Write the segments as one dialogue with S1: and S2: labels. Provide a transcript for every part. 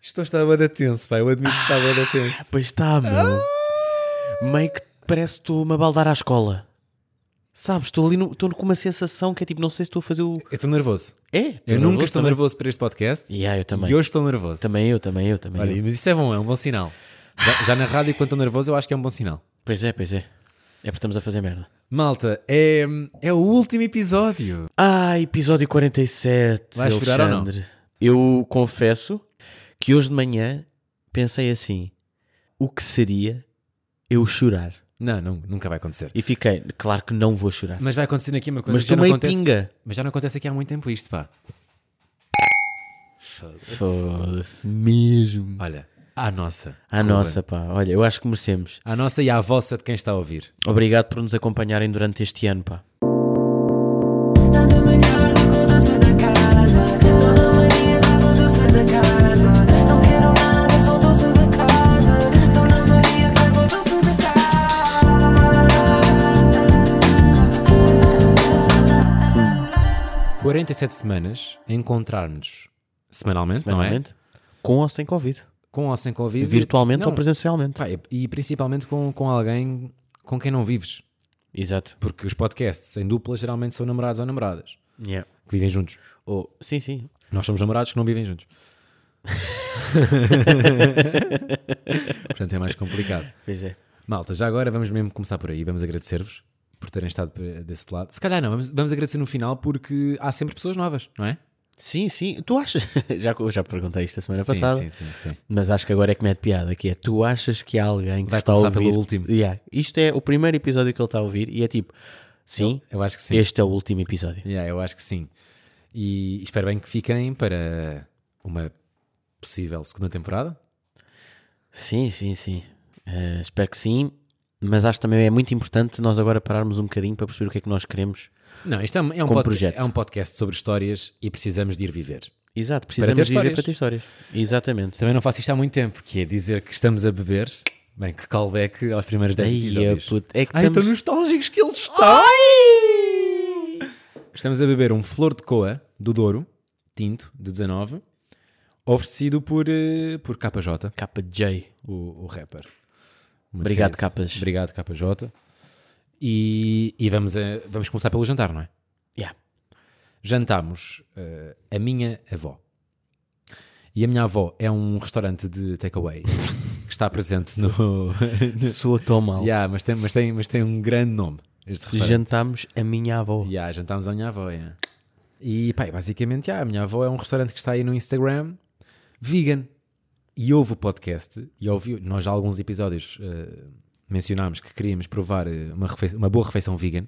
S1: Isto está a bada tenso, pá. Eu admito que está a bada tenso.
S2: Pois está, meu.
S1: Ah!
S2: Meio que parece que estou-me a baldar à escola. Sabes, estou ali, no- estou com uma sensação que é tipo, não sei se estou a fazer o...
S1: Eu estou nervoso.
S2: É?
S1: Eu nunca estou
S2: também.
S1: nervoso para este podcast.
S2: Yeah, eu também.
S1: E hoje estou nervoso.
S2: Também eu, também eu, também eu.
S1: Olha, mas isso é bom, é um bom sinal. Já, já na rádio, quando estou nervoso, eu acho que é um bom sinal.
S2: Pois é, pois é. É porque estamos a fazer merda.
S1: Malta, é, é o último episódio.
S2: Ah, episódio 47.
S1: Vais chorar ou não?
S2: Alexandre. Eu confesso que hoje de manhã pensei assim: o que seria eu chorar?
S1: Não, não, nunca vai acontecer.
S2: E fiquei, claro que não vou chorar.
S1: Mas vai acontecer aqui uma coisa
S2: Mas
S1: que já não
S2: tomei
S1: acontece.
S2: pinga.
S1: Mas já não acontece aqui há muito tempo isto, pá.
S2: Foda-se mesmo.
S1: Olha, à nossa.
S2: À
S1: Ruben.
S2: nossa, pá. Olha, eu acho que merecemos.
S1: À nossa e à vossa de quem está a ouvir.
S2: Obrigado por nos acompanharem durante este ano, pá.
S3: Dona Maria da Codorça da casa, Dona Maria da Codorça da casa. Não quero nada, sou doce da casa. Dona Maria da Codorça da casa.
S1: 47 semanas a encontrarmos semanalmente, não é?
S2: Semanalmente. Com ou sem Covid.
S1: Com ou sem convívio.
S2: Virtualmente
S1: Não,
S2: ou presencialmente.
S1: pá, e- e principalmente com, com alguém com quem não vives.
S2: Exato.
S1: Porque os podcasts em dupla geralmente são namorados ou namoradas
S2: Yeah.
S1: que vivem juntos.
S2: Ou- Oh, sim, sim.
S1: Nós somos namorados que não vivem juntos. Portanto é mais complicado.
S2: Pois é.
S1: Malta, já agora vamos mesmo começar por aí. Vamos agradecer-vos por terem estado por- eh, desse lado. Se calhar não, vamos, vamos agradecer no final porque há sempre pessoas novas, não é?
S2: Sim, sim. Tu achas? Já, eu já perguntei isto a semana
S1: sim,
S2: passada.
S1: sim, sim, sim.
S2: Mas acho que agora é que mete piada, que é tu achas que há alguém que
S1: Vai
S2: está a
S1: começar
S2: ouvir...
S1: pelo último.
S2: Yeah. Isto é o primeiro episódio que ele está a ouvir e é tipo, sim,
S1: Eu acho que sim.
S2: este é o último episódio.
S1: Yeah, eu acho que sim. E espero bem que fiquem para uma possível segunda temporada.
S2: Sim, sim, sim. Eh, espero que sim, mas acho também é muito importante nós agora pararmos um bocadinho para perceber o que é que nós queremos.
S1: Não, isto é um, é um
S2: Como
S1: podca-
S2: projeto.
S1: é um podcast sobre histórias e precisamos de ir viver.
S2: Exato,
S1: ter
S2: precisamos de viver
S1: histórias.
S2: para ter histórias. Exatamente.
S1: Também não faço isto há muito tempo, que é dizer que estamos a beber. Bem, que callback aos primeiros 10
S2: Ai,
S1: episódios.
S2: a puta, é que
S1: Ai, então tão
S2: estamos...
S1: nostálgicos que eles estão! Estamos a beber um Flor de Coa do Douro, tinto, de 19, oferecido por, eh, por KJ,
S2: KJ.
S1: o, o rapper. Muito
S2: Obrigado,
S1: querido.
S2: Capas.
S1: Obrigado, KJ. E, e vamos, a- vamos começar pelo jantar, não é?
S2: Yeah.
S1: Jantámos eh, a minha avó. E a minha avó é um restaurante de takeaway que está presente no.
S2: Soa tão mal.
S1: yeah, mas, tem, mas, tem, mas tem um grande nome. Este restaurante.
S2: Jantámos a minha avó.
S1: Yeah, jantámos à minha avó, yeah. E pá, basicamente, yeah, a minha avó é um restaurante que está aí no Instagram, vegan. E houve o podcast, e ouviu, nós já há alguns episódios eh, mencionámos que queríamos provar eh, uma, refe- uma boa refeição vegan,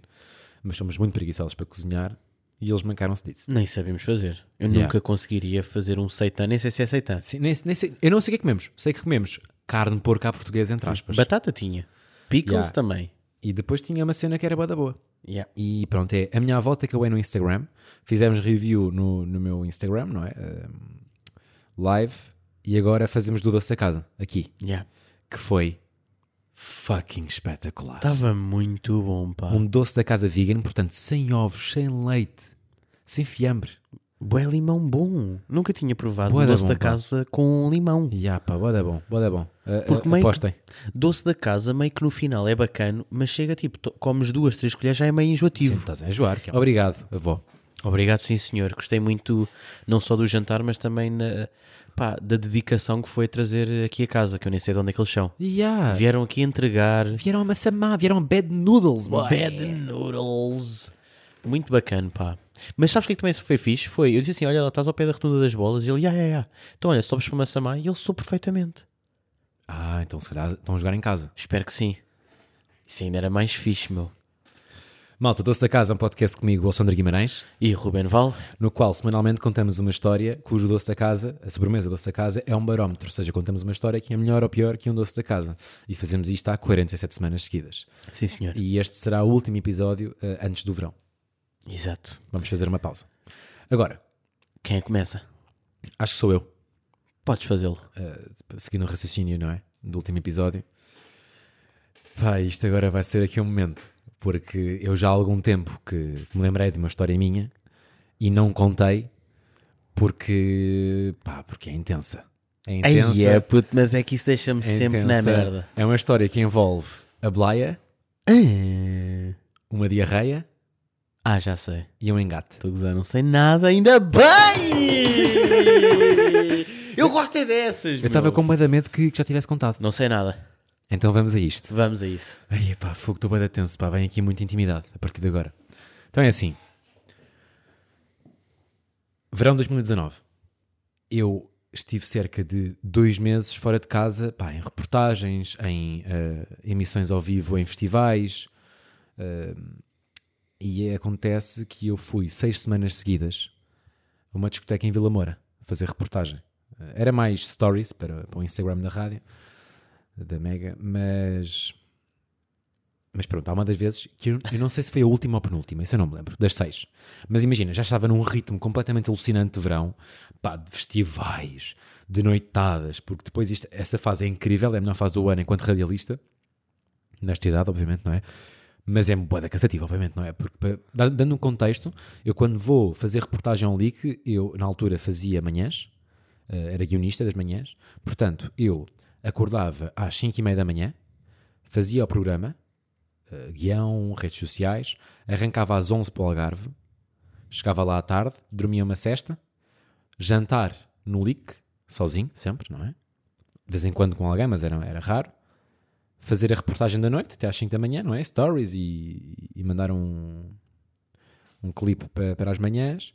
S1: mas somos muito preguiçosos para cozinhar, e eles mancaram-se disso.
S2: Nem sabemos fazer. Eu
S1: Yeah.
S2: nunca conseguiria fazer um seitan, nem sei se é seitan.
S1: Sim, nem- nem sei- eu não sei o que é que comemos, sei que comemos carne de porco à portuguesa, entre aspas.
S2: Batata tinha. Pickles
S1: Yeah.
S2: também.
S1: E depois tinha uma cena que era bué da boa.
S2: Yeah.
S1: E pronto, é a minha avó takeaway no Instagram. Fizemos review no, no meu Instagram, não é? Ahm, live. E agora fazemos do doce da casa, aqui.
S2: Yeah.
S1: Que foi fucking espetacular.
S2: Estava muito bom, pá.
S1: Um doce da casa vegan, portanto, sem ovos, sem leite, sem fiambre.
S2: Bué limão bom. Nunca tinha provado
S1: Bué da
S2: doce
S1: bom,
S2: da
S1: pá.
S2: casa com limão.
S1: E ah, pá, boda bom, boda bom. Ah,
S2: Porque
S1: ah,
S2: meio-
S1: apostem.
S2: Doce da casa, meio que no final é bacano, mas chega tipo, to- comes duas, três colheres, já é meio enjoativo.
S1: Sim, estás a enjoar. é um Obrigado, avó.
S2: Obrigado, sim senhor. Gostei muito, não só do jantar, mas também na- pá, da dedicação que foi trazer aqui a casa, que eu nem sei de onde é que eles são.
S1: E ah,
S2: Vieram aqui entregar.
S1: vieram a maçã má, vieram a bad noodles, boy.
S2: Bad Noodles. Muito bacana, pá. Mas sabes o que é que também foi fixe? Foi, eu disse assim, olha lá, estás ao pé da rotunda das bolas. E ele, ya, ya, ya. Então olha, sobes para uma Samá e ele soube perfeitamente.
S1: Ah, então se calhar estão a jogar em casa.
S2: Espero que sim. Isso ainda era mais fixe, meu.
S1: Malta, doce da casa, um podcast comigo, Alexandre Guimarães.
S2: E Ruben Val,
S1: no qual semanalmente contamos uma história cujo doce da casa, a sobremesa doce da casa, é um barómetro, ou seja, contamos uma história que é melhor ou pior que um doce da casa. E fazemos isto há 47 semanas seguidas.
S2: sim senhor.
S1: E este será o último episódio eh, antes do verão.
S2: Exato.
S1: Vamos fazer uma pausa. Agora,
S2: Quem é que começa?
S1: acho que sou eu,
S2: Podes fazê-lo.
S1: seguindo o raciocínio, não é? Do último episódio. Pá, isto agora vai ser aqui um momento, porque eu já há algum tempo que me lembrei de uma história minha e não contei porque, pá, porque é intensa. É
S2: Ai,
S1: intensa.
S2: é, puto, mas é que isso deixa-me
S1: é
S2: sempre na
S1: intensa.
S2: merda.
S1: É uma história que envolve a blaia,
S2: Ah.
S1: uma diarreia
S2: Ah, já sei.
S1: e um engate.
S2: Estou a gozar, não sei nada, ainda bem! Eu gosto é dessas!
S1: Eu estava
S2: meu.
S1: com bué de medo que, que já tivesse contado.
S2: Não sei nada.
S1: Então vamos a isto.
S2: Vamos a isso.
S1: Ai, pá, fogo, estou bem tenso, pá, vem aqui muita intimidade a partir de agora. Então é assim. Verão 2019. Eu estive cerca de dois meses fora de casa, pá, em reportagens, em eh, emissões ao vivo, em festivais. eh, e acontece que eu fui seis semanas seguidas a uma discoteca em Vila Moura fazer reportagem. Eh, Era mais stories para, para o Instagram da rádio, da Mega, mas mas pronto, há uma das vezes que eu, eu não sei se foi a última ou penúltima, isso eu não me lembro, das seis. Mas imagina, já estava num ritmo completamente alucinante de verão, pá, de festivais, de noitadas, porque depois isto, essa fase é incrível, é a melhor fase do ano enquanto radialista, nesta idade, obviamente, não é? Mas é boa da cansativa, obviamente, não é? Porque, pa- da- dando um contexto, eu quando vou fazer reportagem ao leak, eu na altura fazia manhãs, eh, era guionista das manhãs, portanto, eu acordava às 5 e meia da manhã, fazia o programa, eh, guião, redes sociais, arrancava às 11 para o Algarve, chegava lá à tarde, dormia uma cesta, jantar no LIC, sozinho, sempre, não é? De vez em quando com alguém, mas era, era raro. Fazer a reportagem da noite, até às 5 da manhã, não é? Stories e, e mandar um, um clipe pa- para, as manhãs,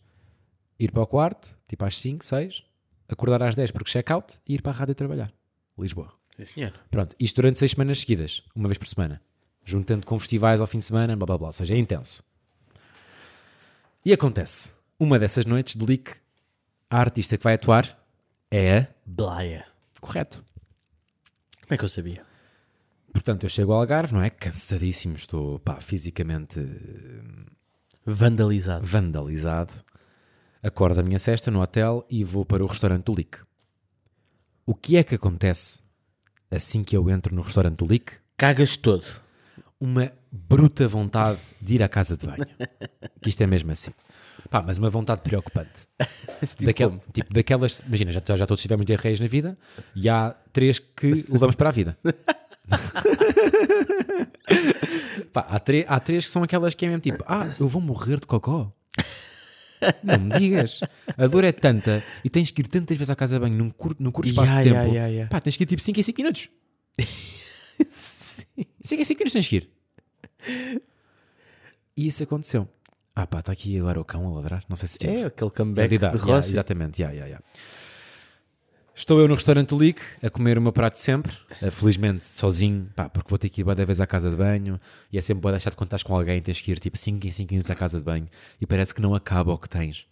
S1: ir para o quarto, tipo às 5, 6, acordar às 10 porque check-out e ir para a rádio trabalhar. Lisboa.
S2: Sim, senhor.
S1: Pronto, isto durante seis semanas seguidas, uma vez por semana, juntando com festivais ao fim de semana, blá blá blá, ou seja, é intenso. E acontece, uma dessas noites de leak, a artista que vai atuar é a
S2: Blaia.
S1: correto.
S2: Como é que eu sabia?
S1: Portanto, eu chego ao Algarve, não é? Cansadíssimo, estou pá, fisicamente
S2: Vandalizado.
S1: vandalizado. Acordo a minha cesta no hotel e vou para o restaurante do Lick. O que é que acontece assim que eu entro no restaurante do Lick?
S2: Cagas todo.
S1: uma bruta vontade de ir à casa de banho. que isto é mesmo assim. Pá, mas uma vontade preocupante. Daquel- tipo, daquelas. Imagina, já, já todos tivemos diarreias na vida e há três que levamos para a vida. Pá, há, tre- há três que são aquelas que é mesmo tipo: Ah, eu vou morrer de cocó. Não me digas. A dor é tanta e tens que ir tantas vezes à casa de banho num curto, num curto
S2: Ya,
S1: espaço de
S2: ya,
S1: tempo.
S2: ya, ya.
S1: Pá, tens que ir tipo 5 em 5 minutos. 5 em 5 minutos tens é que ir. E isso aconteceu. Ah pá, está aqui agora o cão a ladrar. Não sei se teve.
S2: É aquele comeback
S1: Lidar,
S2: de
S1: yeah,
S2: Rossi.
S1: exatamente, yeah, yeah, yeah. Estou eu no restaurante Leak a comer o meu prato de sempre, eh, felizmente sozinho, pá, porque vou ter que ir bué da vez à casa de banho e é sempre boa deixar de contar com alguém, tens que ir tipo 5 em 5 minutos à casa de banho e parece que não acaba o que tens.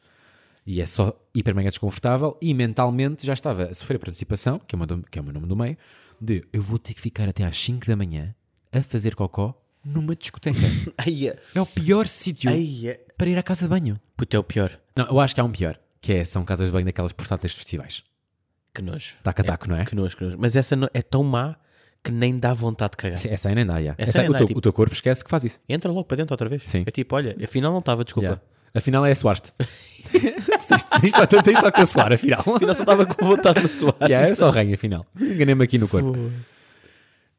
S1: E é só hiper mega desconfortável e mentalmente já estava a sofrer por antecipação, que é o meu, dom- que é o meu nome do meio, de eu vou ter que ficar até às 5 da manhã a fazer cocó numa discoteca.
S2: Aia.
S1: é o pior sítio
S2: Aia.
S1: para ir à casa de banho.
S2: Puto, é o pior.
S1: Não, eu acho que há um pior, que é, são casas de banho daquelas portáteis de festivais.
S2: Que nojo.
S1: Taca taco, não é?
S2: Que nojo, que nojo. Mas essa no- é tão má que nem dá vontade de cagar.
S1: Essa- Essa é aí nem dá, yeah.
S2: Essa
S1: Essa-
S2: nem
S1: o,
S2: dá,
S1: teu,
S2: tipo-
S1: o teu corpo esquece que faz isso.
S2: Entra logo para dentro outra vez.
S1: Sim.
S2: É tipo, olha, afinal não estava, desculpa.
S1: Yeah. Afinal é suaste. Isto- isto só- tens só que suar, afinal.
S2: Afinal só estava com vontade de suar.
S1: yeah, eu só ranho, afinal. Enganei-me aqui no corpo.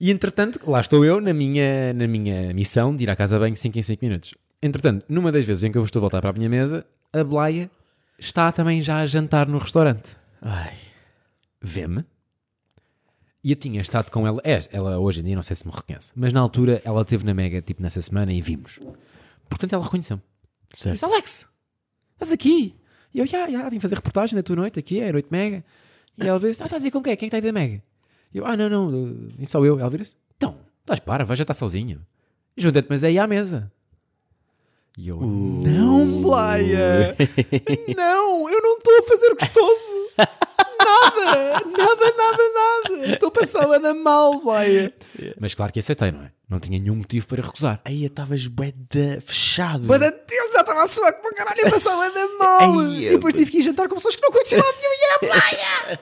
S1: E entretanto, lá estou eu na minha, na minha missão de ir à casa de banho 5 em 5 minutos. Entretanto, numa das vezes em que eu estou a voltar para a minha mesa, a Blaia está também já a jantar no restaurante.
S2: Ai.
S1: vê-me e eu tinha estado com ela. É, ela hoje em dia não sei se me reconhece, mas na altura ela esteve na Mega, tipo nessa semana, e vimos. Portanto, ela reconheceu-me.
S2: Certo.
S1: Disse, Alex, estás aqui? E eu, já, já, vim fazer reportagem da tua noite aqui, é a noite Mega. E ela vira-se, ah, estás aí com quem? Quem está aí da Mega? E eu, ah, não, não, eh, sou eu. Ela vira-se, então, estás para, vai já estar sozinho. Junta-te, mas é aí à mesa. E eu, não, Blaia, não, eu não estou a fazer gostoso. Nada, nada, nada, nada. Estou passando a dar mal, Blaia. Mas claro que aceitei, não é? Não tinha nenhum motivo para recusar.
S2: Aí estavas bué de fechado.
S1: Para Deus, já estava a suar para caralho e passava a dar mal.
S2: Ai,
S1: e depois tive que ir jantar com pessoas que não conheciam lá nenhum e é a Blaia.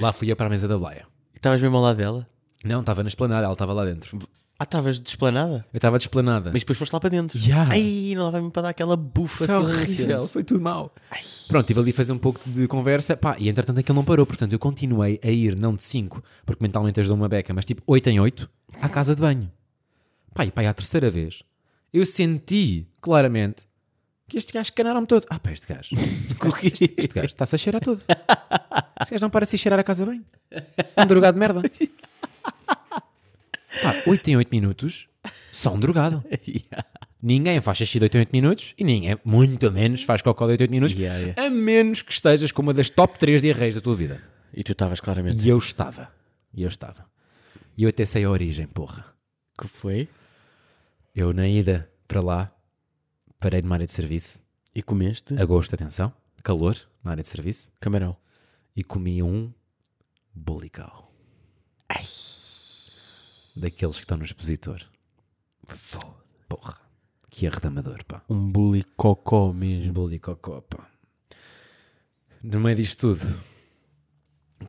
S1: Lá fui eu para a mesa da Blaia.
S2: Estavas mesmo ao lado dela?
S1: Não, estava na esplanada, ela estava lá dentro.
S2: Ah, estavas de esplanada?
S1: Eu estava desplanada.
S2: Mas depois foste lá para dentro.
S1: Ya.
S2: Ai, não lá vai-me para dar aquela bufa. assim
S1: Foi
S2: silenciosa.
S1: horrível, foi tudo mal. Pronto, estive ali a fazer um pouco de conversa, pá, e entretanto aquilo não parou, portanto eu continuei a ir, não de 5, porque mentalmente ajudou uma beca, mas tipo 8 em 8, à casa de banho. Pá, e pá, e à terceira vez, eu senti claramente que este gajo canaram-me todo. Ah, pá, este gajo, este gajo, este- este gajo está-se a cheirar todo. Este gajo não para de se cheirar à casa de banho. É um drogado de merda. Pá, 8 em 8 minutos, só um drogado.
S2: Ya.
S1: Ninguém faz xixi de 8 em 8 minutos e ninguém, muito menos, faz cocó de 8 em 8 minutos,
S2: Yeah, yeah.
S1: a menos que estejas com uma das top 3 diarreias da tua vida.
S2: E tu estavas claramente.
S1: E eu estava. E eu estava. E eu até sei a origem, porra.
S2: Que foi?
S1: Eu, na ida para lá, parei numa área de serviço,
S2: E comeste?
S1: agosto, atenção, calor, na área de serviço,
S2: Camarão.
S1: e comi um bolical. Daqueles que estão no expositor. Porra. Que arredamador, pá.
S2: Um bully cocó mesmo.
S1: Bully Cocó, pá. No meio disto tudo,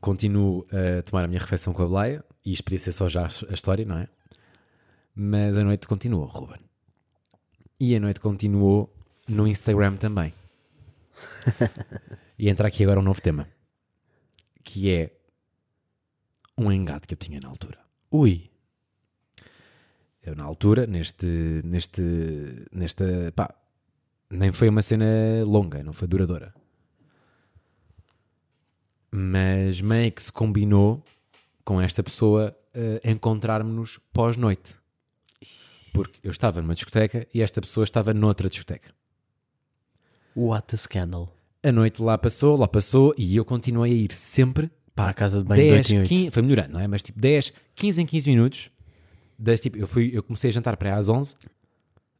S1: continuo a tomar a minha refeição com a Blaia, e isto podia ser só já a a história, não é? Mas a noite continuou, Ruben. E a noite continuou no Instagram também. e entra aqui agora um novo tema, que é um engate que eu tinha na altura.
S2: Ui.
S1: Eu, na altura, neste. neste. nesta. pá. nem foi uma cena longa, não foi duradoura. Mas meio que se combinou com esta pessoa eh, encontrarmos-nos pós-noite. Porque eu estava numa discoteca e esta pessoa estava noutra discoteca.
S2: What a scandal.
S1: A noite lá passou, lá passou e eu continuei a ir sempre para
S2: À casa de banho de
S1: 10,
S2: oito em oito.
S1: 15, foi melhorando, não é? Mas tipo 10, 15 em 15 minutos. Das, tipo, eu, fui, eu comecei a jantar para aí às 11.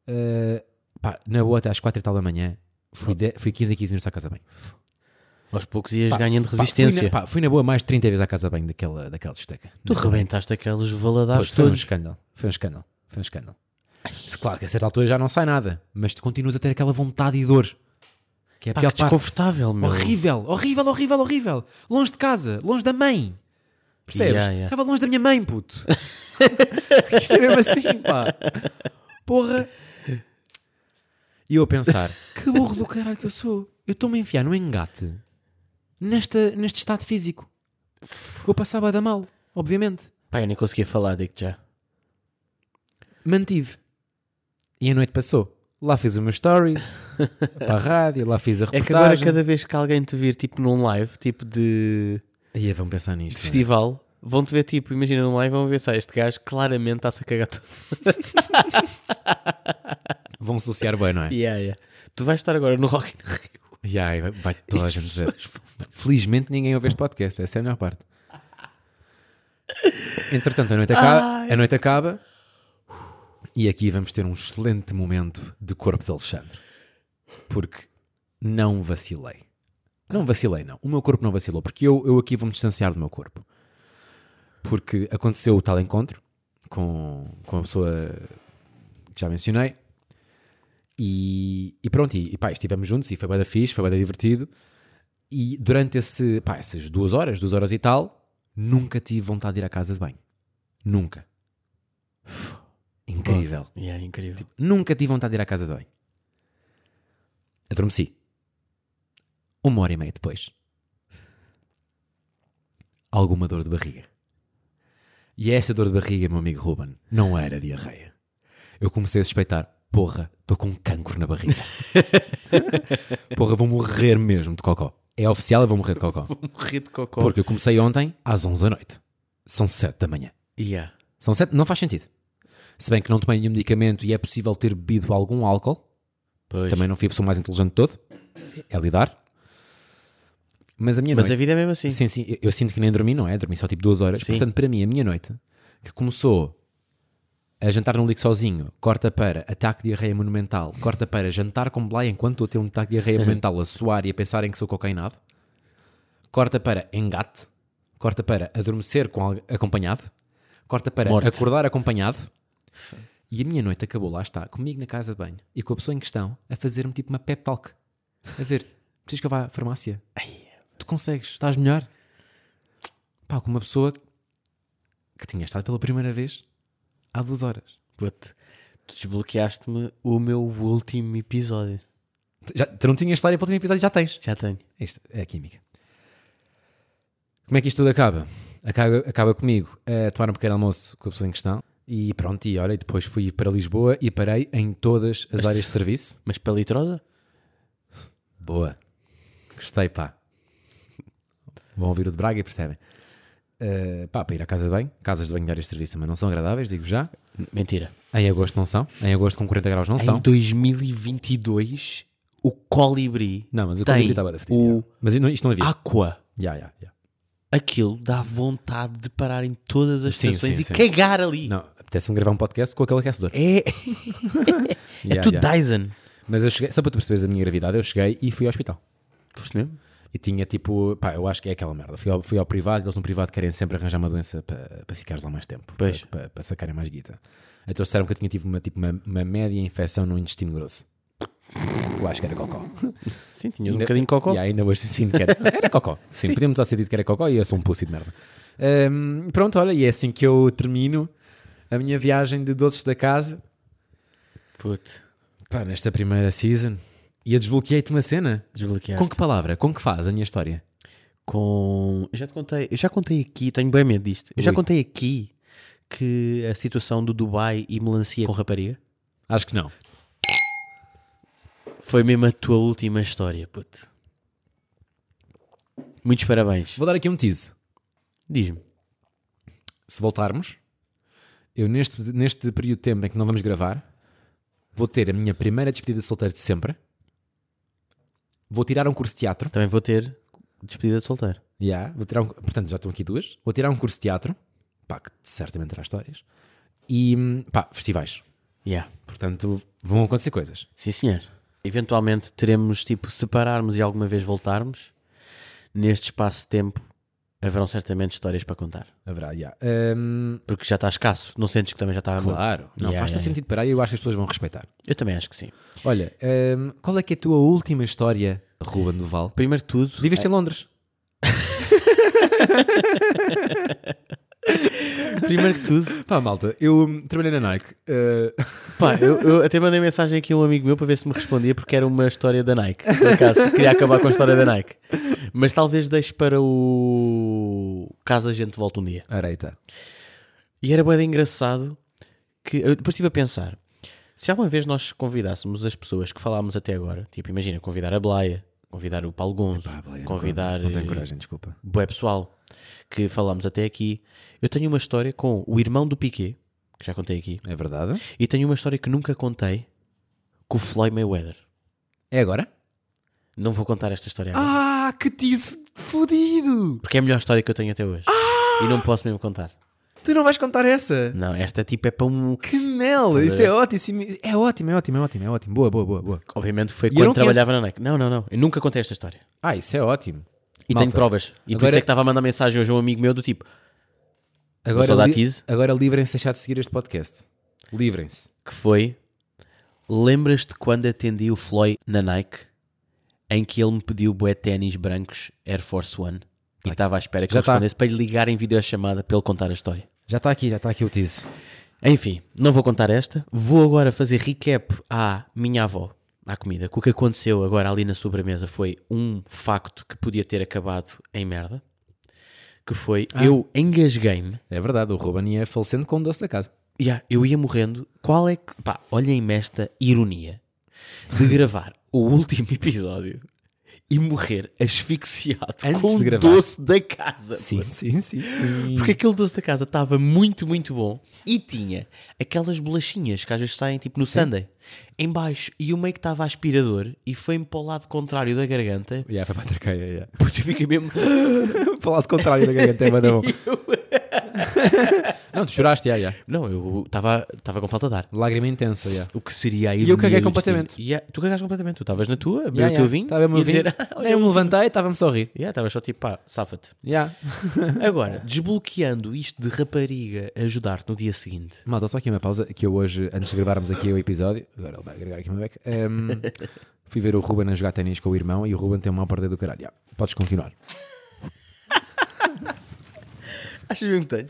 S1: eh, pá, na boa até às 4 e tal da manhã. Fui, de, fui 15 em 15 minutos à casa de banho.
S2: Aos poucos ias
S1: Pá,
S2: ganhando
S1: pá, fui na-
S2: resistência.
S1: pá, Fui na, boa mais de 30 vezes à casa de banho daquela, daquela discoteca.
S2: tu
S1: Nessa noite.
S2: rebentaste aqueles
S1: Pois,
S2: valadares
S1: Foi um
S2: todos.
S1: escândalo. Foi um escândalo. Foi um escândalo. Se, claro que a certa altura já não sai nada, mas tu continuas a ter aquela vontade e dor. Que é a
S2: Pá,
S1: pior
S2: que
S1: parte.
S2: desconfortável, meu.
S1: Horrível, horrível, horrível, horrível. Longe de casa, longe da mãe. Percebes?
S2: Ya, ya.
S1: Estava longe da minha mãe, puto. Isto é mesmo assim, pá. Porra. E eu a pensar, que burro do caralho que eu sou. Eu estou-me a enfiar no engate nesta, neste estado físico. Eu passava a dar mal, obviamente.
S2: Pá, eu nem conseguia falar, digo já.
S1: Mantive. E a noite passou. Lá fiz o meu stories, para a rádio, lá fiz a
S2: É que agora
S1: reportagem.
S2: cada vez que alguém te vir, tipo num live, tipo de,
S1: E aí vão pensar
S2: de
S1: nisto. né?
S2: festival, vão-te ver, tipo, imagina num live, vão ver, sabe, este gajo claramente está-se a cagar todo.
S1: Vão associar bem, não é?
S2: Yeah, yeah. Tu vais estar agora no Rock in Rio.
S1: E aí vai, vai toda a gente dizer. Felizmente ninguém ouve este podcast, essa é a melhor parte. Entretanto, a noite acaba, a noite acaba e aqui vamos ter um excelente momento de corpo de Alexandre. Porque não vacilei. Não vacilei, não. O meu corpo não vacilou, porque eu, eu aqui vou-me distanciar do meu corpo. Porque aconteceu o tal encontro com, com a pessoa que já mencionei. E, e pronto, e, e pá, estivemos juntos e foi bem da fixe, foi bem divertido. E durante esse, pá, essas duas horas, duas horas e tal, nunca tive vontade de ir à casa de banho. Nunca. Incrível.
S2: Yeah, incrível.
S1: Nunca tive vontade de ir à casa de banho. Adormeci. Uma hora e meia depois. Alguma dor de barriga. E é essa dor de barriga, meu amigo Ruben, não era diarreia. Eu comecei a suspeitar: porra, estou com um cancro na barriga. porra, vou morrer mesmo de cocó. É oficial, eu vou morrer de cocó.
S2: Morri de cocó.
S1: Porque eu comecei ontem às 11 da noite. São 7 da manhã.
S2: Yeah.
S1: São sete, não faz sentido. Se bem que não tomei nenhum medicamento e é possível ter bebido algum álcool,
S2: Pois.
S1: também não fui a pessoa mais inteligente de todo, é lidar. Mas a minha
S2: Mas a
S1: noite.
S2: vida é mesmo assim.
S1: Sim, sim, eu- eu sinto que nem dormi, não é? Dormi só tipo duas horas.
S2: Sim.
S1: Portanto, para mim, a minha noite, que começou a jantar no Lico sozinho, corta para ataque de diarreia monumental, corta para jantar com Blay enquanto estou a ter um ataque de diarreia monumental, a suar e a pensar em que sou cocainado, corta para engate, corta para adormecer com al- acompanhado, corta para
S2: Morte.
S1: acordar acompanhado. E a minha noite acabou, lá está, comigo na casa de banho e com a pessoa em questão a fazer-me tipo uma pep talk. A dizer, preciso que eu vá à farmácia? Tu consegues, estás melhor? Pá, com uma pessoa que tinha estado pela primeira vez há duas horas.
S2: Puto, tu desbloqueaste-me o meu último episódio.
S1: Já, tu não tinhas história para o último episódio, já tens.
S2: Já tenho.
S1: Isto é a química. Como é que isto tudo acaba? Acaba, acaba comigo a tomar um pequeno almoço com a pessoa em questão e pronto, e olha, e depois fui para Lisboa e parei em todas as áreas de serviço.
S2: Mas para a litrosa?
S1: Boa. Gostei, pá. Vão ouvir o de Braga e percebem. Uh, pá, para ir à casa de banho, casas de banho de áreas de serviço, mas não são agradáveis, digo já.
S2: N- Mentira.
S1: Em agosto não são. Em agosto com 40 graus não são.
S2: Em 2022, o Colibri
S1: Não, mas o
S2: tem
S1: Colibri tá estava a
S2: o Ah.
S1: Mas não- isto não havia.
S2: Aqua.
S1: Já, já, já.
S2: Aquilo dá vontade de parar em todas as
S1: Sim,
S2: estações
S1: sim,
S2: e
S1: sim.
S2: cagar ali.
S1: Não, apetece-me gravar um podcast com aquele aquecedor.
S2: É, é
S1: Já,
S2: tudo
S1: já.
S2: Dyson.
S1: Mas eu cheguei, só para tu perceberes a minha gravidade, eu cheguei e fui ao hospital.
S2: Foste mesmo?
S1: E tinha tipo, pá, eu acho que é aquela merda. Fui ao, fui ao privado, eles no privado querem sempre arranjar uma doença para, para ficares lá mais tempo,
S2: Pois.
S1: Para, para, para sacarem mais guita. Então disseram que eu tinha tido uma, tipo, uma, uma média infecção no intestino grosso. Eu acho que era cocó.
S2: Sim, tinha um
S1: Ainda-
S2: bocadinho de cocó.
S1: E ainda hoje sinto que era, era cocó. Sim, podíamos ter dito que era cocó e eu sou um pussy de merda. Ahm, pronto, olha, e é assim que eu termino a minha viagem de doces da casa.
S2: Puto,
S1: Pá, nesta primeira season. E eu desbloqueei-te uma cena.
S2: desbloqueaste.
S1: Com que palavra? Com que faz a minha história?
S2: com. Eu já te contei, eu já contei aqui, tenho bem medo disto. Eu já
S1: Ui.
S2: contei aqui que a situação do Dubai e melancia com rapariga
S1: Acho que não.
S2: foi mesmo a tua última história, puto. Muitos parabéns.
S1: Vou dar aqui um tease.
S2: Diz-me.
S1: Se voltarmos, eu neste, neste período de tempo em que não vamos gravar, vou ter a minha primeira despedida de solteiro de sempre. Vou tirar um curso de teatro.
S2: Também vou ter despedida de solteiro.
S1: Yeah, vou tirar um- portanto, já estão aqui duas. Vou tirar um curso de teatro. Pá, que certamente terá histórias. E hum, pá, festivais.
S2: Yeah.
S1: Portanto, vão acontecer coisas.
S2: Sim, senhor. Eventualmente teremos, tipo, separarmos e alguma vez voltarmos. Neste espaço de tempo haverão certamente histórias para contar.
S1: Haverá, yeah. Hum,
S2: Porque já está escasso. Não sentes que também já está.
S1: claro. Não,
S2: Yeah,
S1: faz todo
S2: yeah,
S1: sentido parar e eu acho que as pessoas vão respeitar.
S2: Eu também acho que sim.
S1: Olha, hum, qual é que é a tua última história, Ruben Duval?
S2: Primeiro de tudo,
S1: Viveste em Londres.
S2: primeiro de tudo,
S1: Pá, malta, eu hum, trabalhei na Nike. eh,
S2: Pá, eu, eu até mandei mensagem aqui a um amigo meu para ver se me respondia, porque era uma história da Nike. Por acaso, queria acabar com a história da Nike. Mas talvez deixe para o. Caso a gente volte um dia.
S1: Areita.
S2: E era bem engraçado que. Eu depois estive a pensar: se alguma vez nós convidássemos as pessoas que falámos até agora, tipo, imagina, convidar a Blaia, convidar o Paulo Gonzo,
S1: Pá, Belém,
S2: convidar.
S1: Não, não tenho
S2: eh,
S1: coragem, desculpa.
S2: bué pessoal que falámos até aqui. Eu tenho uma história com o irmão do Piquet, que já contei aqui.
S1: É verdade?
S2: E tenho uma história que nunca contei com o Floyd Mayweather.
S1: É agora?
S2: Não vou contar esta história agora,
S1: Ah, que tease fodido!
S2: porque é a melhor história que eu tenho até hoje. E não posso mesmo contar.
S1: Tu não vais contar essa?
S2: Não, esta tipo é para um.
S1: Que mel! Isso é ótimo! isso É ótimo, é ótimo, é ótimo, é ótimo. Boa, boa, boa, boa.
S2: Obviamente foi
S1: eu não
S2: quando trabalhava na Nike. Não, não, não. Eu nunca contei esta história.
S1: Ah, isso é ótimo.
S2: E
S1: Malta,
S2: tenho provas. E por
S1: agora-
S2: isso é que estava a mandar mensagem hoje a um amigo meu do tipo: Vou só
S1: Agora,
S2: dar
S1: li-
S2: tease.
S1: agora livrem-se de deixar de seguir este podcast. Livrem-se.
S2: que foi. Lembras-te quando atendi o Floyd na Nike em que ele me pediu bué ténis brancos Air Force One e estava à espera que
S1: Já
S2: ele
S1: tá.
S2: respondesse para lhe ligar em videochamada para ele contar a história.
S1: Já está aqui, já está aqui o tease.
S2: Enfim, não vou contar esta. Vou agora fazer recap à minha avó, à comida. Que o que aconteceu agora ali na sobremesa foi um facto que podia ter acabado em merda. Que foi,
S1: Ah.
S2: eu engasguei-me.
S1: É verdade, o Ruben ia falecendo com o doce da casa.
S2: Ya, eu ia morrendo. Qual é que... Pá, olhem-me esta ironia de gravar o último episódio e morrer asfixiado
S1: Antes
S2: com
S1: de
S2: o
S1: gravar.
S2: doce da casa.
S1: Sim, sim, sim, sim.
S2: Porque aquele doce da casa estava muito, muito bom e tinha aquelas bolachinhas que às vezes saem tipo no Sunday em baixo e o meio que estava aspirador e foi-me para o lado contrário da garganta.
S1: Yeah, foi para a traqueia, yeah.
S2: Puto, eu fiquei mesmo.
S1: Falar de contrário da garganta é bué da bom. Não, tu choraste, yeah, yeah.
S2: Não, eu estava estava com falta de ar.
S1: Lágrima intensa, yeah.
S2: O que seria aí?
S1: E eu caguei completamente.
S2: tu cagaste completamente. Tu estavas na tua, abriu
S1: Yeah,
S2: o teu
S1: yeah.
S2: vinho.
S1: Estava
S2: e
S1: a
S2: dizer,
S1: dizer, um nem me levantei, estava-me só a rir.
S2: Yeah, Estava só tipo, pá, safa-te.
S1: Yeah.
S2: Agora, desbloqueando isto de rapariga ajudar-te no dia seguinte.
S1: Malta, só aqui uma pausa, que eu hoje, antes de gravarmos aqui o episódio, agora ele vai agregar aqui uma beca, hum, fui ver o Ruben a jogar ténis com o irmão e o Ruben tem uma porta do caralho. Yeah, podes continuar.
S2: Achas mesmo que tenho?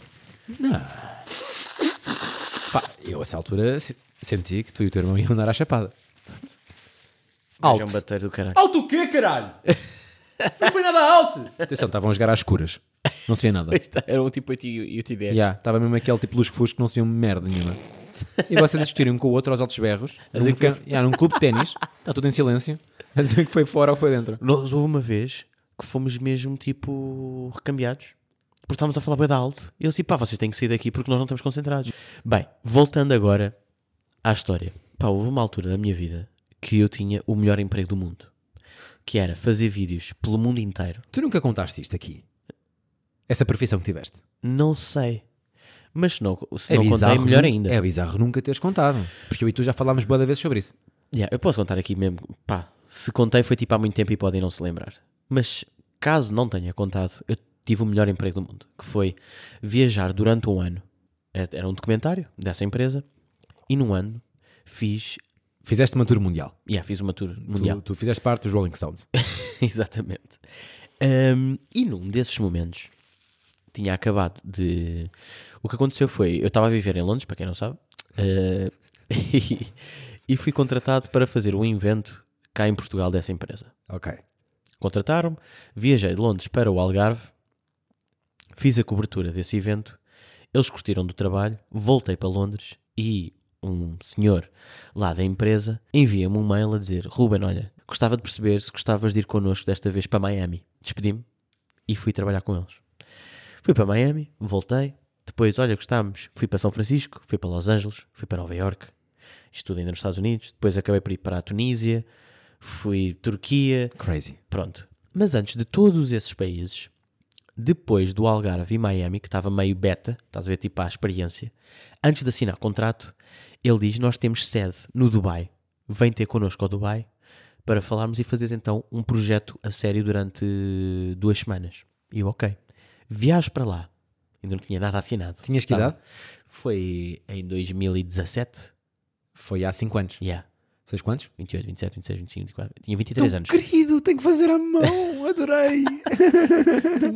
S1: Pá, Eu, a essa altura, se- senti que tu e o teu irmão iam andar à chapada.
S2: Alto.
S1: Alto.
S2: é um bater do caralho.
S1: Alto o quê, caralho? Não foi nada alto! Atenção, estavam a jogar às escuras. Não se via nada.
S2: Era um tipo 8 e 10.
S1: Estava mesmo aquele tipo luz que que não se via merda nenhuma. E vocês a discutirem um com o outro aos altos berros, num,
S2: dizer que
S1: can- yeah, num clube de ténis, está tudo em silêncio, a dizer que foi fora ou foi dentro.
S2: Nós houve uma vez que fomos mesmo tipo recambiados. Porque estávamos a falar bem da alto. E eu disse, pá, vocês têm que sair daqui porque nós não estamos concentrados. Bem, voltando agora à história. Pá, houve uma altura da minha vida que eu tinha o melhor emprego do mundo. Que era fazer vídeos pelo mundo inteiro.
S1: Tu nunca contaste isto aqui? Essa perfeição que tiveste?
S2: Não sei. Mas se não, se não contei, melhor
S1: nunca-
S2: ainda.
S1: É bizarro nunca teres contado. Porque eu e tu já falámos boa vezes sobre isso.
S2: Yeah, eu posso contar aqui mesmo. Pá, se contei foi tipo há muito tempo e podem não se lembrar. Mas caso não tenha contado, eu tive o melhor emprego do mundo, que foi viajar durante um ano. É- Era um documentário dessa empresa. E num ano fiz.
S1: Fizeste uma tour mundial.
S2: Yeah, fiz uma tour
S1: Tu-
S2: mundial.
S1: Tu, fizeste parte dos Rolling Stones.
S2: Exatamente. Ahm, e num desses momentos tinha acabado de. O que aconteceu foi, eu estava a viver em Londres, para quem não sabe, ah, e, e fui contratado para fazer um evento cá em Portugal dessa empresa.
S1: ok.
S2: Contrataram-me, viajei de Londres para o Algarve, fiz a cobertura desse evento, eles curtiram do trabalho, voltei para Londres e um senhor lá da empresa envia-me um mail a dizer: Ruben, olha, gostava de perceber se gostavas de ir connosco desta vez para Miami. Despedi-me e fui trabalhar com eles. Fui para Miami, voltei, depois, olha, gostámos, fui para São Francisco, fui para Los Angeles, fui para Nova Iorque, isto tudo ainda nos Estados Unidos, depois acabei por ir para a Tunísia, fui Turquia,
S1: Crazy.
S2: Pronto. Mas antes de todos esses países, depois do Algarve e Miami, que estava meio beta, estás a ver, tipo a experiência, antes de assinar contrato, ele diz: Nós temos sede no Dubai, vem ter connosco ao Dubai para falarmos e fazeres então um projeto a sério durante duas semanas. E eu, ok. Viajo para lá. Ainda não tinha nada assinado.
S1: Tinhas que
S2: Estava-
S1: idade?
S2: Foi em 2017.
S1: Foi há 5 anos.
S2: Yeah.
S1: Seis quantos?
S2: 28, 27, 26, 25, 24. Tinha 23
S1: Então,
S2: anos.
S1: Querido, tenho que fazer à mão. Adorei.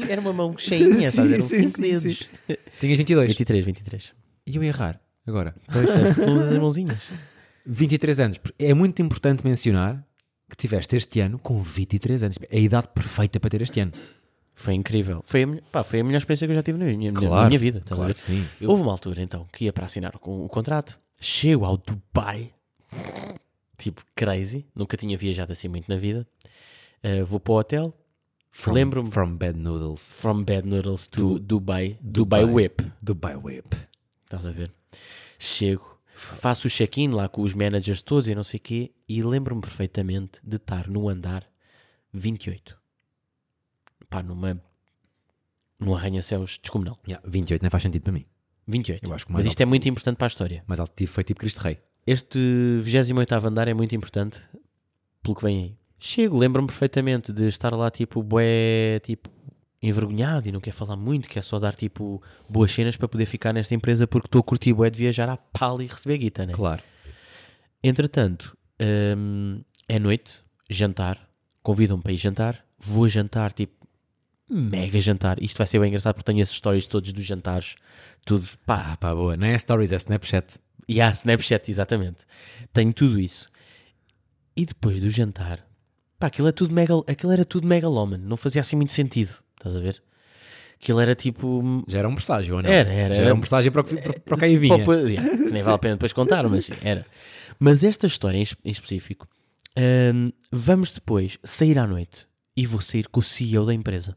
S2: Era uma mão cheinha, estás a ver?
S1: Sim,
S2: Uns
S1: sim,
S2: cinco
S1: sim,
S2: dedos.
S1: sim. Tinhas 22.
S2: 23, 23.
S1: E eu ia errar. Agora.
S2: Todas as mãozinhas.
S1: 23 anos. É muito importante mencionar que tiveste este ano com 23 anos. É a idade perfeita para ter este ano.
S2: Foi incrível. Foi a, melhor- pá, foi a melhor experiência que eu já tive na minha, na
S1: Claro,
S2: minha vida. tá estás a
S1: claro
S2: ver?
S1: que sim.
S2: Houve uma altura então que ia para assinar o, o contrato. Chego ao Dubai, tipo crazy. Nunca tinha viajado assim muito na vida. Uh, vou para o hotel.
S1: From-
S2: Lembro-me-
S1: From Bad Noodles.
S2: From Bad Noodles to Dubai. Dubai Whip.
S1: Dubai Whip.
S2: Estás a ver? Chego, faço o check-in lá com os managers todos e não sei o quê, e lembro-me perfeitamente de estar no andar 28. Pá, numa. num arranha-céus descomunal.
S1: Yeah, 28 não faz sentido para mim.
S2: 28.
S1: Eu acho que o
S2: Mas
S1: mais
S2: isto é
S1: alto-
S2: muito importante para a história.
S1: Mas alto tive foi tipo Cristo Rei.
S2: Este 28 andar é muito importante pelo que vem aí. Chego, lembro-me perfeitamente de estar lá, tipo, bué, tipo, envergonhado e não quer falar muito, quer só dar, tipo, boas cenas para poder ficar nesta empresa porque estou a curtir bué de viajar à pala e receber guita, né?
S1: Claro.
S2: Entretanto, hum, é noite, jantar, convidam-me para ir jantar, vou jantar, tipo, mega jantar. Isto vai ser bem engraçado porque tenho esses stories todos dos jantares, tudo, pá,
S1: Ah, pá, boa. Não é Stories, é Snapchat.
S2: e há Snapchat, exatamente. Tenho tudo isso. E depois do jantar, pá, aquilo, é tudo mega, aquilo era tudo megaloman, não fazia assim muito sentido, estás a ver? Aquilo era tipo,
S1: Já era um presságio, ou não?
S2: Era, era,
S1: Já era
S2: era.
S1: um presságio para o que, para, para o que aí vinha.
S2: Pô, pô, yeah, que nem vale a pena depois contar, mas era. Mas esta história em, es- em específico, hum, vamos depois sair à noite e vou sair com o CEO da empresa.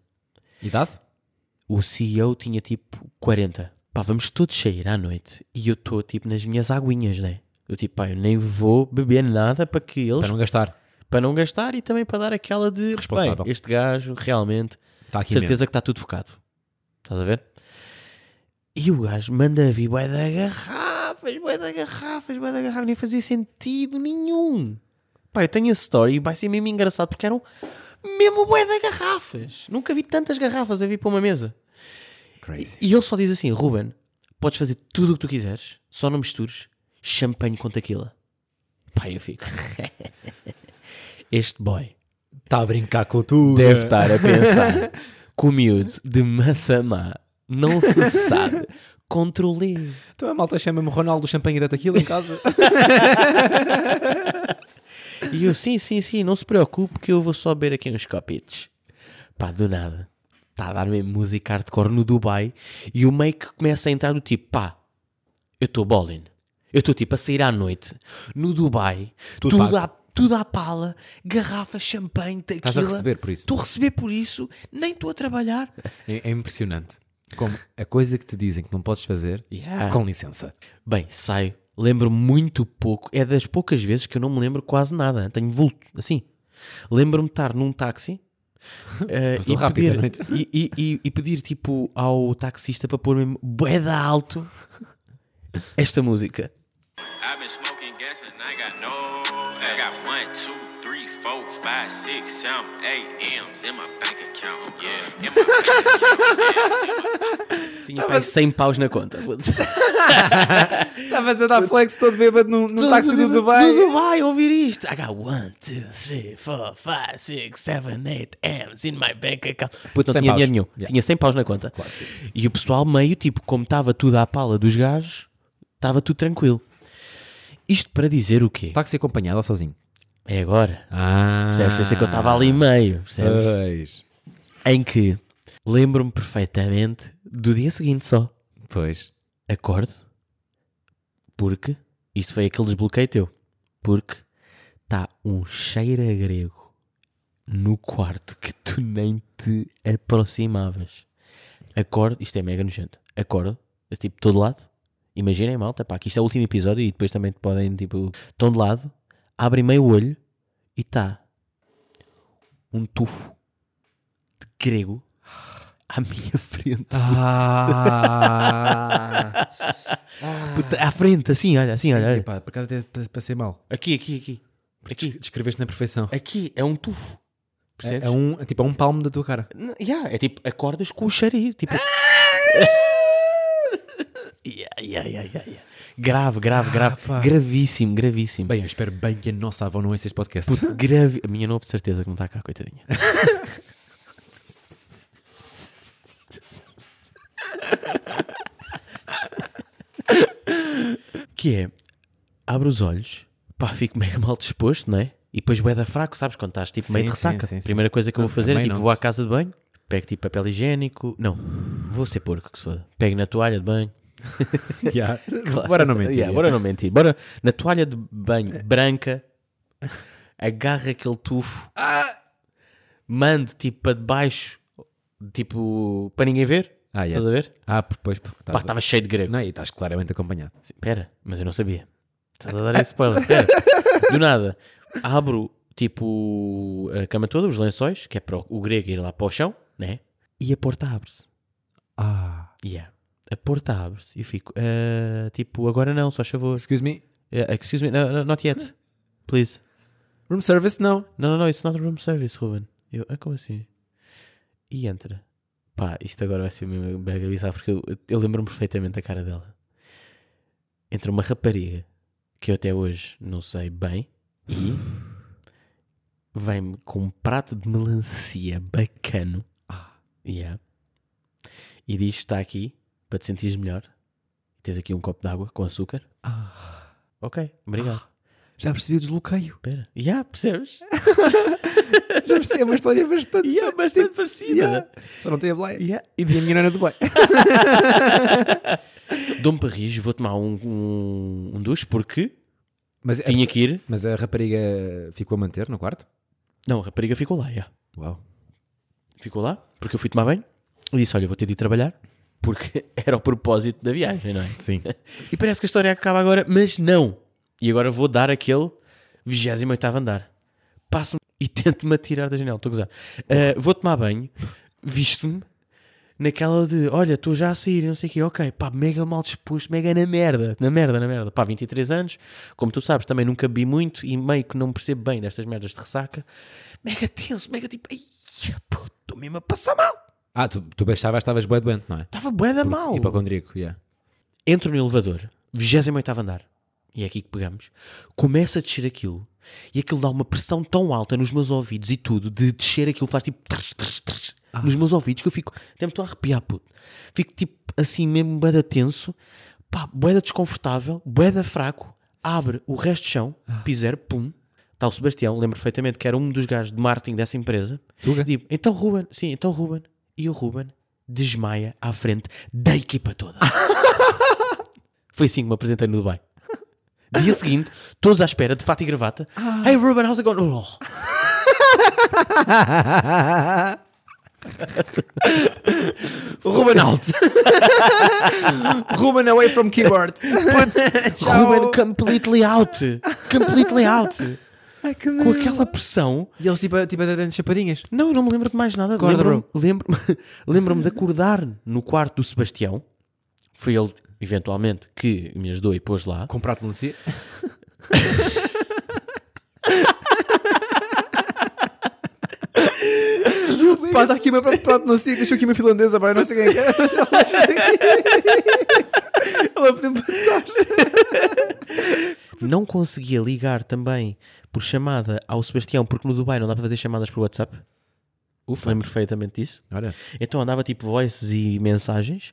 S1: Idade?
S2: O CEO tinha tipo 40. Pá, vamos todos sair à noite e eu estou tipo nas minhas aguinhas, né? Eu tipo, pá, eu nem vou beber nada para que eles,
S1: Para não gastar.
S2: para não gastar e também para dar aquela de,
S1: Responsável.
S2: bem, este gajo realmente
S1: Está Tá aqui
S2: certeza que está tudo focado. Estás a ver? E o gajo manda vir bué da garrafas, bué da garrafas, bué da garrafas, nem fazia sentido nenhum. Pá, eu tenho a story e vai ser mesmo engraçado porque eram mesmo bué da garrafas. Nunca vi tantas garrafas a vir para uma mesa.
S1: mesmo. Crazy.
S2: E ele só diz assim, Ruben, podes fazer tudo o que tu quiseres, só não mistures champanhe com tequila. Pá, eu fico... este boy
S1: Está Tá a brincar com tu.
S2: deve estar a pensar que o miúdo de maçã má não se sabe controlei.
S1: Então a malta chama-me Ronaldo Champanhe da Taquila em casa.
S2: E eu, sim, sim, sim, não se preocupe que eu vou só beber aqui uns copitos. Pá, do nada. Está a dar mesmo música hardcore no Dubai e o meio que começa a entrar do tipo, pá, eu estou bowling. Eu estou tipo a sair à noite no Dubai,
S1: Tudo
S2: tudo,
S1: pago.
S2: à, tudo à pala, garrafa, champanhe, tequila.
S1: Estás a receber por isso.
S2: Estou a receber por isso, nem estou a trabalhar.
S1: É, é impressionante. Como a coisa que te dizem que não podes fazer,
S2: Yeah.
S1: com licença.
S2: Bem, saio. Lembro muito pouco. É das poucas vezes que eu não me lembro quase nada. Tenho vulto, assim. Lembro-me de estar num táxi. eh,
S1: Passou
S2: e
S1: rápido a
S2: pedir,
S1: noite.
S2: e, e- e- e pedir, tipo, ao taxista para pôr mesmo boeda alto esta música.
S4: I've been smoking gas and I got no. I got one, two, three, four, five, six, seven, eight M's in my bank account. Yeah, in my bank account.
S1: Tá,
S2: Tinha pai 100 paus na conta.
S1: Estavas a dar flex todo bêbado num, num Um táxi do Dubai.
S2: Do Dubai, ouvir isto. I got 1, 2, 3, 4, 5, 6, 7, 8 M's in my bank account.
S1: 100
S2: Puta, não tinha
S1: paus.
S2: dinheiro nenhum.
S1: Yeah.
S2: Tinha 100 paus na conta.
S1: Claro que sim.
S2: E o pessoal meio, tipo, como estava tudo à pala dos gajos, estava tudo tranquilo. Isto para dizer o quê?
S1: Táxi acompanhado ou sozinho?
S2: É agora.
S1: Ah,
S2: Percebes? Pensei que eu estava ali meio, percebes?
S1: Pois,
S2: Em que lembro-me perfeitamente do dia seguinte só.
S1: pois.
S2: Acordo. Porque isto foi aquele desbloqueio teu. Porque está um cheiro a grego no quarto que tu nem te aproximavas. Acordo, isto é mega nojento. Acordo, é tipo todo lado. Imaginem, malta, pá, que isto é o último episódio e depois também te podem, tipo, estão de lado, abrem meio olho e está um tufo de grego à minha frente.
S1: Ah,
S2: Puta, à frente, assim, olha, assim, olha. olha.
S1: Epá, por acaso até pa- passei mal.
S2: Aqui, aqui, aqui.
S1: Des-
S2: Aqui,
S1: Descreveste na perfeição.
S2: aqui é um tufo. Percebes?
S1: É, é um, é tipo, é um palmo da tua cara.
S2: N- yeah, é tipo, acordas com o cheirinho.
S1: Ah!
S2: Tipo... yeah, yeah, yeah, yeah, yeah. Grave, grave, grave.
S1: Ah,
S2: gravíssimo, gravíssimo.
S1: Bem, eu espero bem que a nossa avó não ouça este podcast.
S2: Grave. A minha não houve de certeza que não está cá, coitadinha. que é, abre os olhos, pá, fico mega mal disposto, não é? E depois bué da fraco, sabes? Quando estás tipo meio
S1: Sim,
S2: de
S1: sim,
S2: ressaca.
S1: sim, sim.
S2: Primeira coisa que eu vou fazer é
S1: também
S2: tipo,
S1: não
S2: vou à
S1: te-
S2: casa de banho, pego tipo papel higiênico. Não, vou ser porco que se foda. Pego na toalha de banho,
S1: Yeah. Bora não mentir.
S2: Yeah, bora não mentir. Bora na toalha de banho branca, agarra aquele tufo, mande tipo para debaixo, tipo para ninguém ver.
S1: Ah, yeah.
S2: Estás a ver?
S1: Ah, pois, porque
S2: Pá, tá
S1: estás.
S2: estava cheio de grego.
S1: Não, e estás claramente acompanhado.
S2: Espera, mas eu não sabia. Estás a dar esse spoiler. Espera. Do nada, abro tipo a cama toda, os lençóis, que é para o- o grego ir lá para o chão, né? E a porta abre-se.
S1: Ah,
S2: Yeah. A porta abre-se e eu fico, "Ah, tipo, agora não, só favor.
S1: excuse me.
S2: Yeah, excuse me, no, no, not yet. Please.
S1: Room service, não.
S2: No, no, no, it's not room service, Ruben. Eu, ah, como assim? E entra. Pá, isto agora vai ser mesmo mega bizarro, porque eu, eu lembro-me perfeitamente da cara dela. Entra uma rapariga, que eu até hoje não sei bem, e vem-me com um prato de melancia bacano. Yeah. E diz, está aqui, para te sentires melhor. Tens aqui um copo de água com açúcar. Ok, obrigado.
S1: Já percebi o desbloqueio.
S2: Espera. Yeah, percebes?
S1: Já percebi, é uma história bastante.
S2: Yeah,
S1: Tipo,
S2: bastante né? parecida.
S1: Yeah. Só não tem a blaia. E de a minha nana do bem.
S2: Dom Parris, vou tomar um, um, um duche porque
S1: Mas, a
S2: tinha
S1: pessoa-
S2: que ir.
S1: mas a rapariga ficou a manter no quarto?
S2: Não, a rapariga ficou lá, já.
S1: Uau.
S2: Ficou lá porque eu fui tomar banho e disse: Olha, vou ter de ir trabalhar porque era o propósito da viagem, não é?
S1: Sim.
S2: E parece que a história acaba agora, mas não. E agora vou dar aquele 28 andar. Passo-me e tento-me atirar da janela. Estou a gozar. Ah, vou tomar banho, visto-me, naquela de olha, estou já a sair, não sei o quê. Ok, pá, mega mal disposto, mega na merda, na merda, na merda. Pá, 23 anos, como tu sabes, também nunca bebi muito e meio que não percebo bem destas merdas de ressaca. Mega tenso, mega tipo, ai, puto, estou mesmo a passar mal.
S1: Ah, tu, tu baixavas, estavas bué doente, não é?
S2: Estava bué da mal.
S1: Hipocondríaco, yeah.
S2: Entro no elevador, 28 andar, e é aqui que pegamos. Começa a descer aquilo, e aquilo dá uma pressão tão alta nos meus ouvidos e tudo, de descer aquilo faz tipo. trrr, trrr, trrr. nos meus ouvidos que eu fico. Até me estou a arrepiar, puto. Fico tipo assim mesmo, boeda tenso, pá, boeda desconfortável, boeda fraco. Abre o resto de chão, piser, pum. Está o Sebastião, lembro perfeitamente que era um dos gajos de marketing dessa empresa.
S1: Tuga?
S2: Digo, então Ruben, sim, então Ruben. E o Ruben desmaia à frente da equipa toda. Foi assim que me apresentei no Dubai. Dia seguinte, todos à espera, de fato e gravata.
S1: Ah.
S2: Hey Ruben, how's it going? Oh.
S1: Ruben out. Ruben away from keyboard.
S2: Ruben completely out. Completely out.
S1: Ai, que
S2: Com
S1: merda.
S2: aquela pressão.
S1: E eles tipo, tipo até dando chapadinhas.
S2: Não, eu não me lembro de mais nada.
S1: Acorda,
S2: Lembro-me lembro lembro de acordar no quarto do Sebastião. Foi ele, eventualmente, que me ajudou e pôs lá.
S1: Com prato de melancia. Pá, está aqui o meu prato, prato de melancia. Deixa aqui uma finlandesa, pá, eu não sei quem é que é. mas Ela acha que- Ela pediu-me para estar.
S2: Não conseguia ligar também por chamada ao Sebastião, porque no Dubai não dá para fazer chamadas por WhatsApp.
S1: Ufa.
S2: Lembro perfeitamente disso.
S1: Olha.
S2: Então andava tipo voices e mensagens.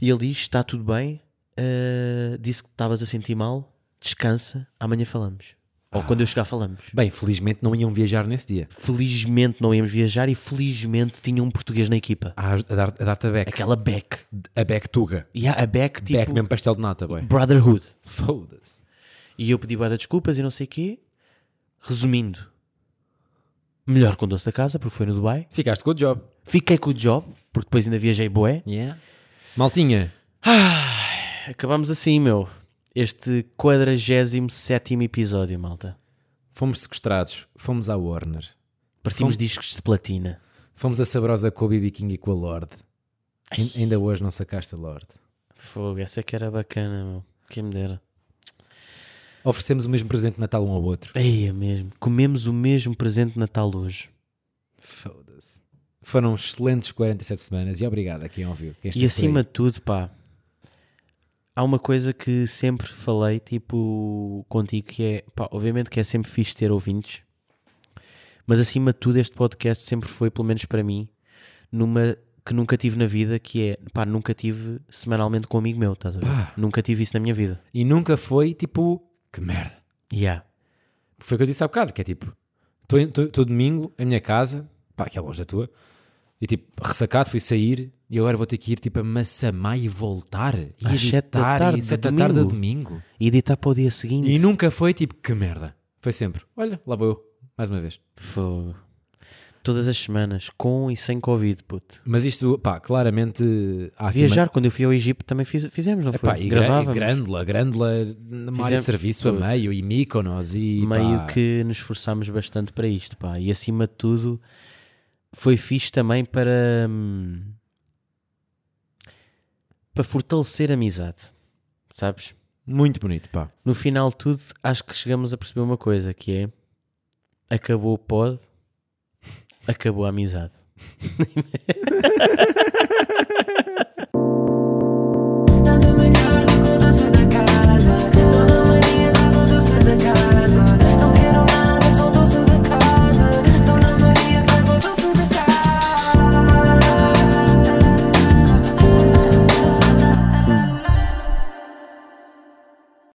S2: E ele diz: Está tudo bem. eh, disse que estavas a sentir mal. Descansa. Amanhã falamos. Ou quando eu chegar, falamos.
S1: Bem, felizmente não iam viajar nesse dia.
S2: Felizmente não íamos viajar e felizmente tinha um português na equipa.
S1: A, a, dar, a dar-te a Beck.
S2: Aquela Beck.
S1: A Beck Tuga.
S2: E há a Beck tipo
S1: Beck mesmo pastel de nata, boy.
S2: Brotherhood.
S1: Foda-se.
S2: E eu pedi boa desculpas e não sei o quê. Resumindo, melhor com o doce da casa, porque foi no Dubai.
S1: Ficaste com o job.
S2: Fiquei com o job, porque depois ainda viajei boé.
S1: Yeah. Maltinha.
S2: Acabamos assim, meu. Este 47 episódio, malta.
S1: Fomos sequestrados. Fomos à Warner.
S2: Partimos
S1: Fom-
S2: discos de platina.
S1: Fomos a Sabrosa com o BB King e com a Lorde. Ain- Ainda hoje não sacaste a Lorde.
S2: Fogo, essa é que era bacana, meu. Quem me dera.
S1: Oferecemos o mesmo presente de Natal um ao outro.
S2: Ei, é mesmo. Comemos o mesmo presente de Natal hoje.
S1: Foda-se. Foram excelentes 47 semanas e obrigado a quem ouviu. Quem
S2: E
S1: esteve por
S2: acima
S1: aí.
S2: de tudo, pá, há uma coisa que sempre falei, tipo, contigo, que é, pá, obviamente que é sempre fixe ter ouvintes, mas acima de tudo este podcast sempre foi, pelo menos para mim, numa que nunca tive na vida, que é, pá, nunca tive semanalmente com um amigo meu, estás a ver?
S1: Pá.
S2: Nunca tive isso na minha vida.
S1: E nunca foi tipo, que merda.
S2: Yeah.
S1: Foi o que eu disse há bocado, que é tipo, estou domingo em minha casa, pá, que é longe da tua, e tipo, ressacado, fui sair, e agora vou ter que ir tipo a Massamá e voltar, e
S2: Às sete da
S1: editar,
S2: tarde
S1: e
S2: de
S1: sete da tarde a domingo.
S2: E editar para o dia seguinte.
S1: E nunca foi tipo, que merda. Foi sempre, olha, lá vou eu, mais uma vez.
S2: Fogo. Todas as semanas, com e sem Covid, puto.
S1: Mas isto, pá, claramente há aqui
S2: Viajar, quando eu fui ao Egito, também fiz- fizemos, não
S1: uma...
S2: foi?
S1: Epá, e gra- e
S2: Gravávamos.
S1: Grândola, Grândola, numa área de
S2: Fizemos
S1: serviço a
S2: tudo.
S1: meio, e Mykonos, e
S2: meio
S1: pá,
S2: que nos esforçámos bastante para isto, pá. E acima de tudo, foi fixe também para. hum, para fortalecer a amizade, sabes?
S1: muito bonito, pá.
S2: No final de tudo, acho que chegamos a perceber uma coisa que é: acabou o pod, acabou a amizade.